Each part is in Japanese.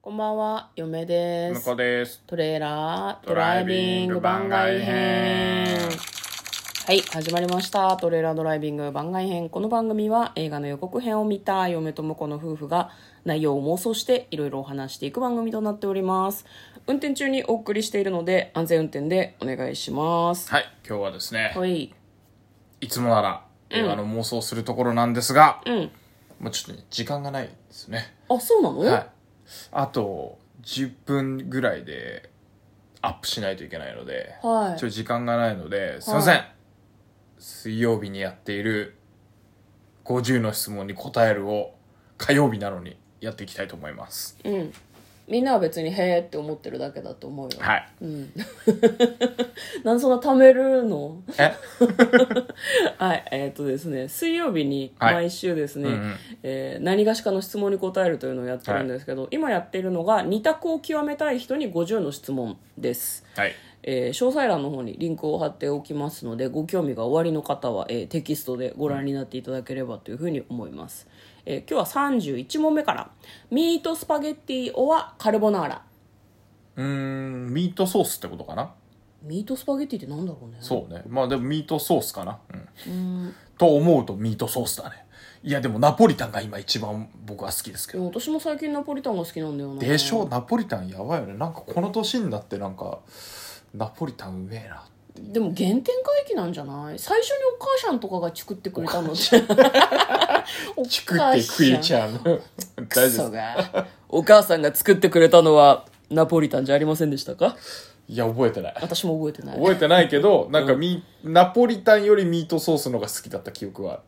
こんばんは、嫁で向すこ。うです。トレーラードライビング番外編。はい、始まりました。トレーラードライビング番外編。この番組は映画の予告編を見た嫁と婿の夫婦が内容を妄想していろいろお話していく番組となっております。運転中にお送りしているので安全運転でお願いします。はい、今日はですね、はい。いつもなら映画の妄想するところなんですが、うん。もうちょっとね、時間がないですね。あ、そうなの、はい。あと、10分ぐらいでアップしないといけないので、はいちょっと時間がないので、すいません、水曜日にやっている50の質問に答えるを火曜日なのにやっていきたいと思います。うん。みんなは別にへーって思ってるだけだと思うよ。はい。なんでそんな貯めるのえはい、えーっとですね、水曜日にはい毎週ですね、うんうんえー何がしかの質問に答えるというのをやってるんですけど、今やっているのが、二択を極めたい人に50の質問です。はい。えー詳細欄の方にリンクを貼っておきますのでご興味がおありの方は、えーテキストでご覧になっていただければというふうに思います、えー今日は31問目からミートスパゲッティオはカルボナーラうーん、ミートソースってことかなミートスパゲッティってなんだろうねそうね。まあでもミートソースかな。うん。と思うとミートソースだね。いやでもナポリタンが今一番僕は好きですけでもど。私も最近ナポリタンが好きなんだよなでしょナポリタンやばいよね。なんかこの年になってなんか、ナポリタンうめえな。でも原点回帰なんじゃない最初にお母さんとかが作ってくれた のってお作って食いちゃゃうの。大丈 夫クでソす。が お母さんが作ってくれたのはナポリタンじゃありませんでしたかいや、覚えてない。私も覚えてない覚えてないけど、なんかミ、ナポリタンよりミートソースのが好きだった記憶はある、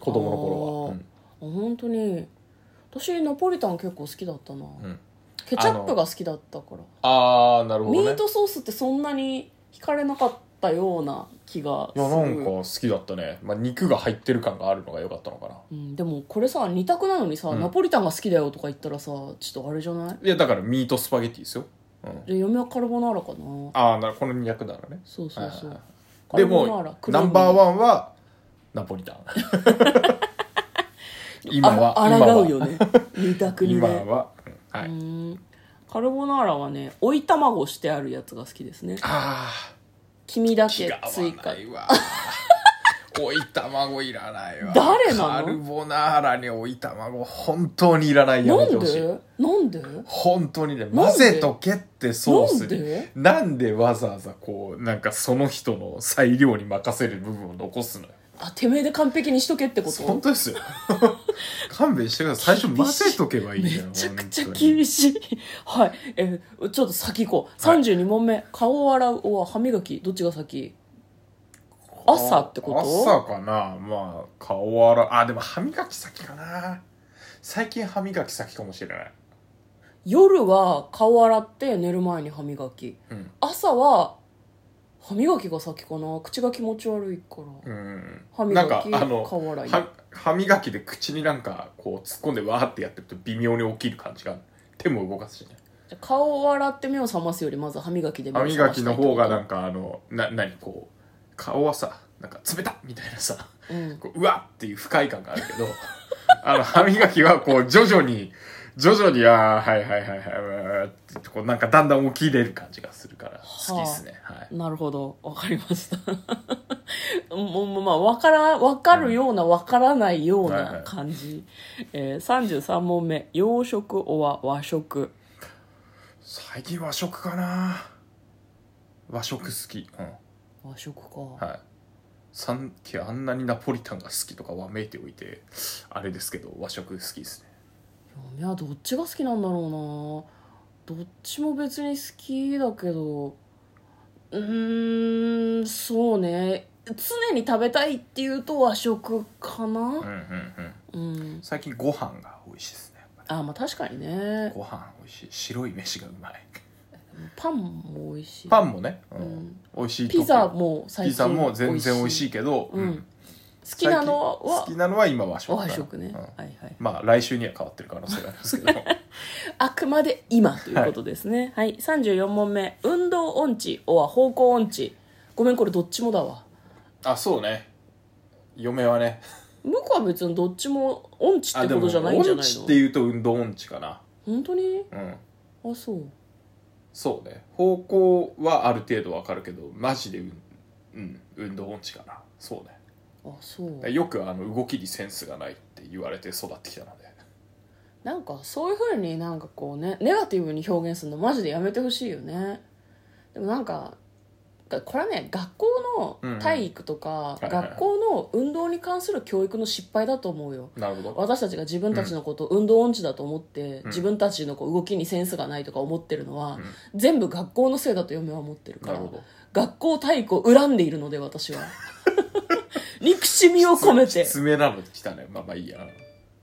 子供の頃は。うんあー、あ本当に私ナポリタン結構好きだったな、んケチャップが好きだったから、あー、なるほどミね。ートソースってそんなに惹かれなかったような気がいするや、なんか好きだったね。まあ、肉が入ってる感があるのが良かったのかな。うん、でもこれさ二択なのにさ、ナポリタンが好きだよとか言ったらさちょっとあれじゃないいや、だからミートスパゲッティですよ。うん。で嫁はカルボナーラかなああ、なるこの2役だからね。そうそうそはういカでルボナーラも、クリナームンバーワンは、ナポ リタン。今は、あ抗今はうよね二択に今ねは、うんはうい。ーんカルボナーラはね追い卵してあるやつが好きですねああ、黄身だ気けが合追わ加ないわ。 追い卵いらないわ。誰なのカルボナーラに追い卵、本当にいらない。やなめてんほしい。でなんで本当にね、で混ぜとけってソースなんにで。なんでわざわざこう、なんかその人の裁量に任せる部分を残すのよ。あてめえで完璧にしとけってこ本と当ですよ 勘弁してください最初混ぜとけばいいんめだよちゃくちゃ本当に厳しい はいえーちょっと先行こう32問目、顔を洗うおは歯磨きどっちが先朝ってこと朝かなまあ顔洗うあでも歯磨き先かな最近歯磨き先かもしれない夜は顔洗って寝る前に歯磨きうん朝は歯磨きが先かな口が気持ち悪いから、うん歯磨なきんかあの顔洗いは歯磨きで口になんかこう突っ込んでわーってやってると微妙に起きる感じがある手も動かすしねじゃあ顔を洗って目を覚ますよりまず歯磨きで目を歯覚磨まきしたいのってこ方とがなんかあのな何こう顔はさなんか冷たっみたいなさうんこううわっっていう不快感があるけど、 あの、歯磨きはこう、徐々に、徐々に、ああ、はいはいはいはい、うわーってこう、なんかだんだん起きれる感じがするから、好きですね。はい。なるほどわかりました もうもうまあわからわかるようなわからないようはいはない感じ、えー、33問目洋食おは和食最近和食かな和食好き。うん。和食か、はい。さっきあんなにナポリタンが好きとかわめいておいて、あれですけど、和食好きですね。嫁はどっちが好きなんだろうなどっちも別に好きだけどうーんそうね常に食べたいっていうと和食かうんなうんうん。うん最近ご飯が美味しいですね。あまあ確かにねご飯美味しい。白い飯がうまい。パンも美味しいパンもね、ううんん、美味しいとピ思うザも最ピ近ザも全然美味しいけど、うんうん好きなの最近好はきなのは今和食かな和食ね、うんはいはいまあ来週には変わってる可能性がありま すけどあくまで今ということですねはい、34問目運動音痴おは方向音痴ごめんこれどっちもだわあそうね嫁はね向こうは別にどっちも音痴っあてでこもとじゃないんじゃ音ない痴のっていうと運動音痴かな本当にうんあそうそうね方向はある程度わかるけどマジでうん、うん、運動音痴かなそうねあそうよくあの動きにセンスがないって言われて育ってきたのでなんかそういうふうになんかこうねネガティブに表現するのマジでやめてほしいよねでもなんかこれはね学校うんうんの体育とか、いはい学校の運動に関する教育の失敗だと思うよなるほど私たちが自分たちのことを運動音痴だと思って、ん自分たちのこう動きにセンスがないとか思ってるのは、ん全部学校のせいだと嫁は思ってるかならるほど学校体育を恨んでいるので私は 憎しみを込めて爪なの来たねまあまあいいや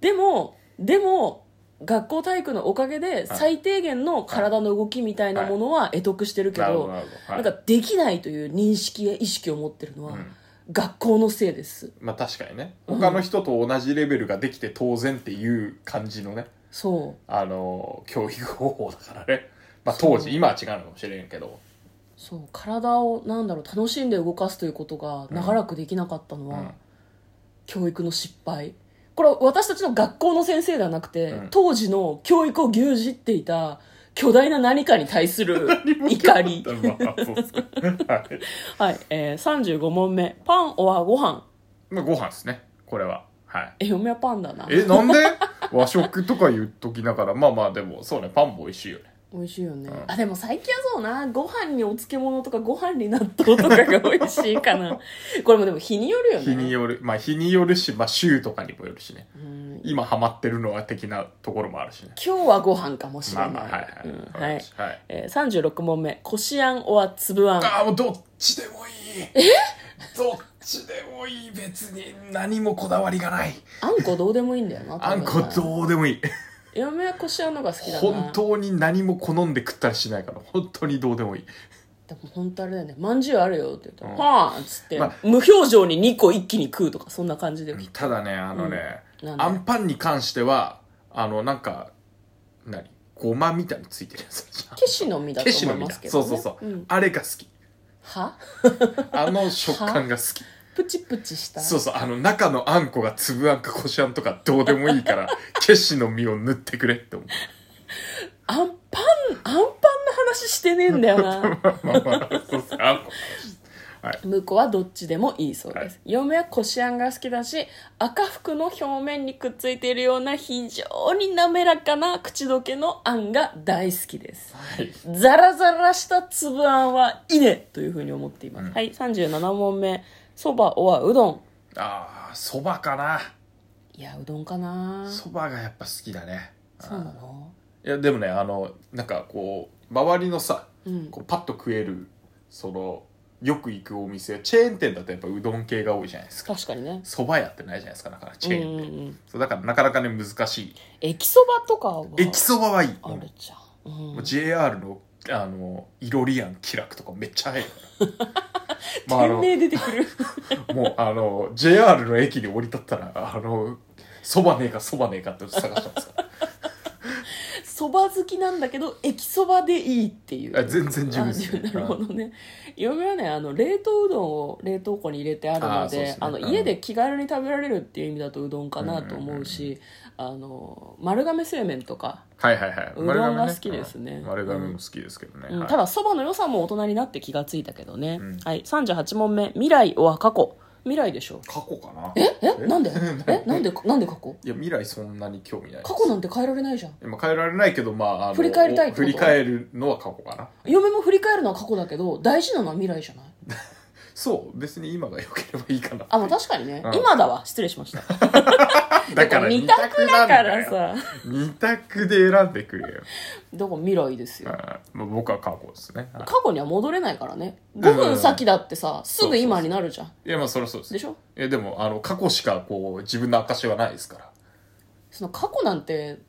でもでも学校体育のおかげで最低限の体の動きみたいなものは得得してるけなるほど、どなるほど、はい、なんかできないという認識や意識を持ってるのは、うん学校のせいですまあ確かにね他の人と同じレベルができて当然っていう感じのね、そうあの教育方法だからね、まあ、当そう時今は違うのかもしれんけど、そう体をなんだろう楽しんで動かすということが長らくできなかったのうは、ん、教育の失敗これは私たちの学校の先生ではなくて、うん当時の教育を牛耳っていた巨大な何かに対す る怒りまあそうっすねはいはい、えー、35問目パンおはご飯まあご飯ですねこれははいえ嫁はパンだなえなんで和食とか言っときながらまあまあでもそうねパンも美味しいよね美味しいよね、うんあでも最近はそうなご飯にお漬物とかご飯に納豆とかが美味しいか なこれもでも日によるよね日によるまあ日によるし、まあ、週とかにもよるしねうん今ハマってるのは的なところもあるしね今日はご飯かもしれまなあい、まあはいはうい、んわかはりいましたはいえー、36問目こしあんおはつぶあんああもうどっちでもい いえどっちでもいい別に何もこだわりがないあんこどうでもいいんだよなあんこうどうでもいい嫁はこしあんのが好きだな本当に何も好んで食ったりしないから本当にどうでもいいでも本当あれだよね「まんじゅうあるよ」って言ったら「うんはあ」っつって、まあ無表情に2個一気に食うとかそんな感じで、ただねあのね、うんなんであんパンに関してはあのなんか何ごまみたいのついてるやつケシの実だとケシ思のいみまたすけいど、そうね、そうそう、んあれが好きはあの食感が好きプチプチしたそうそうあの中のあんこが粒あんかこしあんとかどうでもいい からケシの実を塗ってくれって思うあんパンあんパンの話してねえんだよな まあまあそうそうあんこ向こうはどっちでもいいそうです、嫁はこしあんが好きだし赤服の表面にくっついているような非常に滑らかな口どけのあんが大好きですはいザラザラした粒あんはいいねというふうに思っています、うんはい37問目そばおはうどんああそばかないやうどんかなそそばがやっぱ好きだねうなのいやでもねあのなんかこう周りのさうんこうパッと食えるそのよく行くお店チェーン店だとやっぱうどん系が多いじゃないですか確かにねそば屋ってないじゃないですかだからうんチェうーン、んうんそうだからなかなかね難しい駅そばとかは駅そばはいい、あるじゃん、うんもう JR のあのいろりやん気楽とかめっちゃ 入るからまああ店名出てくるのもうあの JR の駅に降り立ったらあのそばねえかそばねえかって探したんですかそば好きなんだけど駅そばでいいっていうあ全然自分ですあなねるほどね嫁はねあの冷凍うどんを冷凍庫に入れてあるのあそうでであすねのうん家で気軽に食べられるっていう意味だとうどんかなと思うし、あの丸亀製麺とか、はいはいはいうどんが好きですね丸亀ねうん丸亀も好きですけどね、うんはいただそばの良さも大人になって気がついたけどね、うんはい38問目未来は過去未来でしょ過去かなええなんでえなんでなんで過去いや未来そんなに興味ないです過去なんて変えられないじゃん今変えられないけどまああの振り返りたいってこと振り返るのは過去かな嫁も振り返るのは過去だけど大事なのは未来じゃないそう別に今が良ければいいかなあまあ確かにね、うん今だわ失礼しました だから二二択択だなんかだよらさ二択で選んでくれよ、どこ未来ですうよんまあ、僕は過去ですねは過去には戻れないからねん5分先だってさすぐ今になるじゃんいいやまあそりゃそうですでしょいやでもあの過去しかこう自分の証はないですからその過去なんて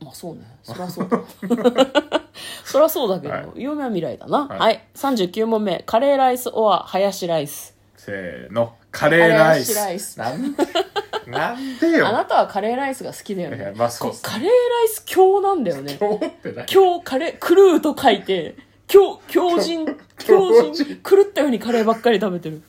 まあそうねそりゃそう だそりゃそうだけど、は嫁は未来だなは、はいい39問目カレーライスオアハヤシライスせーのカレーライスカレーライスなんで なんであなよたはカレーライスが好きだよいやねまあそうっすカレーライス強なんだよね今日ってない今日カレークルーと書いて強強人強人狂人狂ったようにカレーばっかり食べてる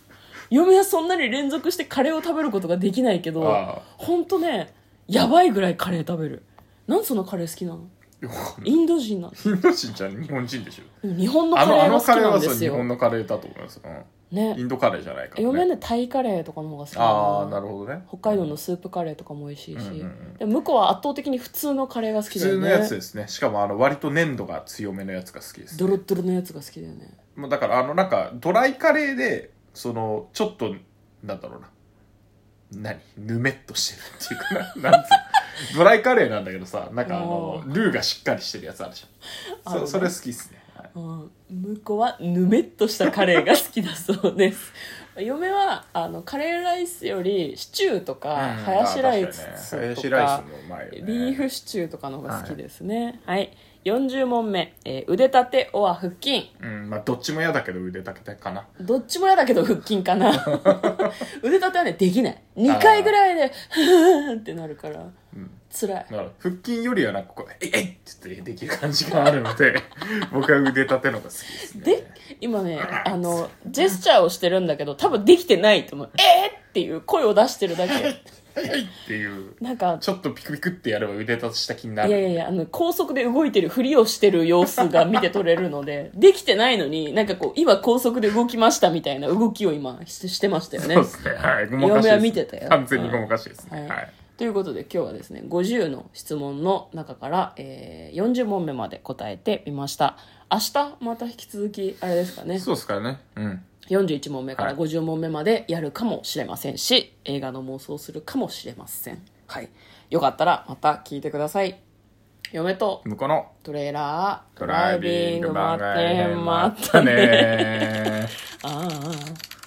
嫁はそんなに連続してカレーを食べることができないけどああほんとねやばいぐらいカレー食べるなんでそんなカレー好きなのよくわかんないインド人なんですインド人じゃ日本人でしょでも日本のあカレのあーがの好きカレーなんはでそうす日よ本のカレーだと思います、うんイねンドカレーじゃないから、ね、嫁ねタイカレーとかの方が好きああななるほどね北海道のスープカレーとかも美味しいし、うんうんうんでも向こうは圧倒的に普通のカレーが好普きだよ通ねのやつですねしかもあの割と粘度が強めのやつが好きですドロッドロのやつが好きだよねもうだからあのなんかドライカレーでそのちょっとなんだろうな何ぬめっとしてるっていうかななんつうドライカレーなんだけどさなんかあのおルーがしっかりしてるやつあるじゃあ、んるそねそれ好きっすね、はいうん、向こうはぬめっとしたカレーが好きだそうです 嫁はあのカレーライスよりシチューとか、ハヤシライスあ確かにねハヤとシかライスもうまいよねビーフシチューとかの方が好きですねはい、40問目、えー腕立ておは腹筋うんまあどっちも嫌だけど腕立てかなどっちも嫌だけど腹筋か な腕立てはねできない2回ぐらいでふーんってなるから、辛いだから腹筋よりはなんかこう「えいえい!」って言ってできる感じがあるので 僕は腕立てのが好きですねで今ねあのジェスチャーをしてるんだけど多分できてないと思うえー、っていう声を出してるだけえいっていうなんかちょっとピクピクってやれば腕立てした気にないるやいやいやあの高速で動いてるふりをしてる様子が見て取れるの でできてないのになんかこう今高速で動きましたみたいな動きを今ししてましたよねそうですねはいごまかしです嫁は見てたよ完全にごまかしですね、はいはいということで今日はですね50の質問の中から、えー40問目まで答えてみました明日また引き続きあれですかねそうですからね。うん。 41問目からは50問目までやるかもしれませんし、映画の妄想するかもしれませんはいよかったらまた聞いてください嫁と向こうのトレーラードライビング番外ドライビン編グもあ待っってた待ってねね。ああ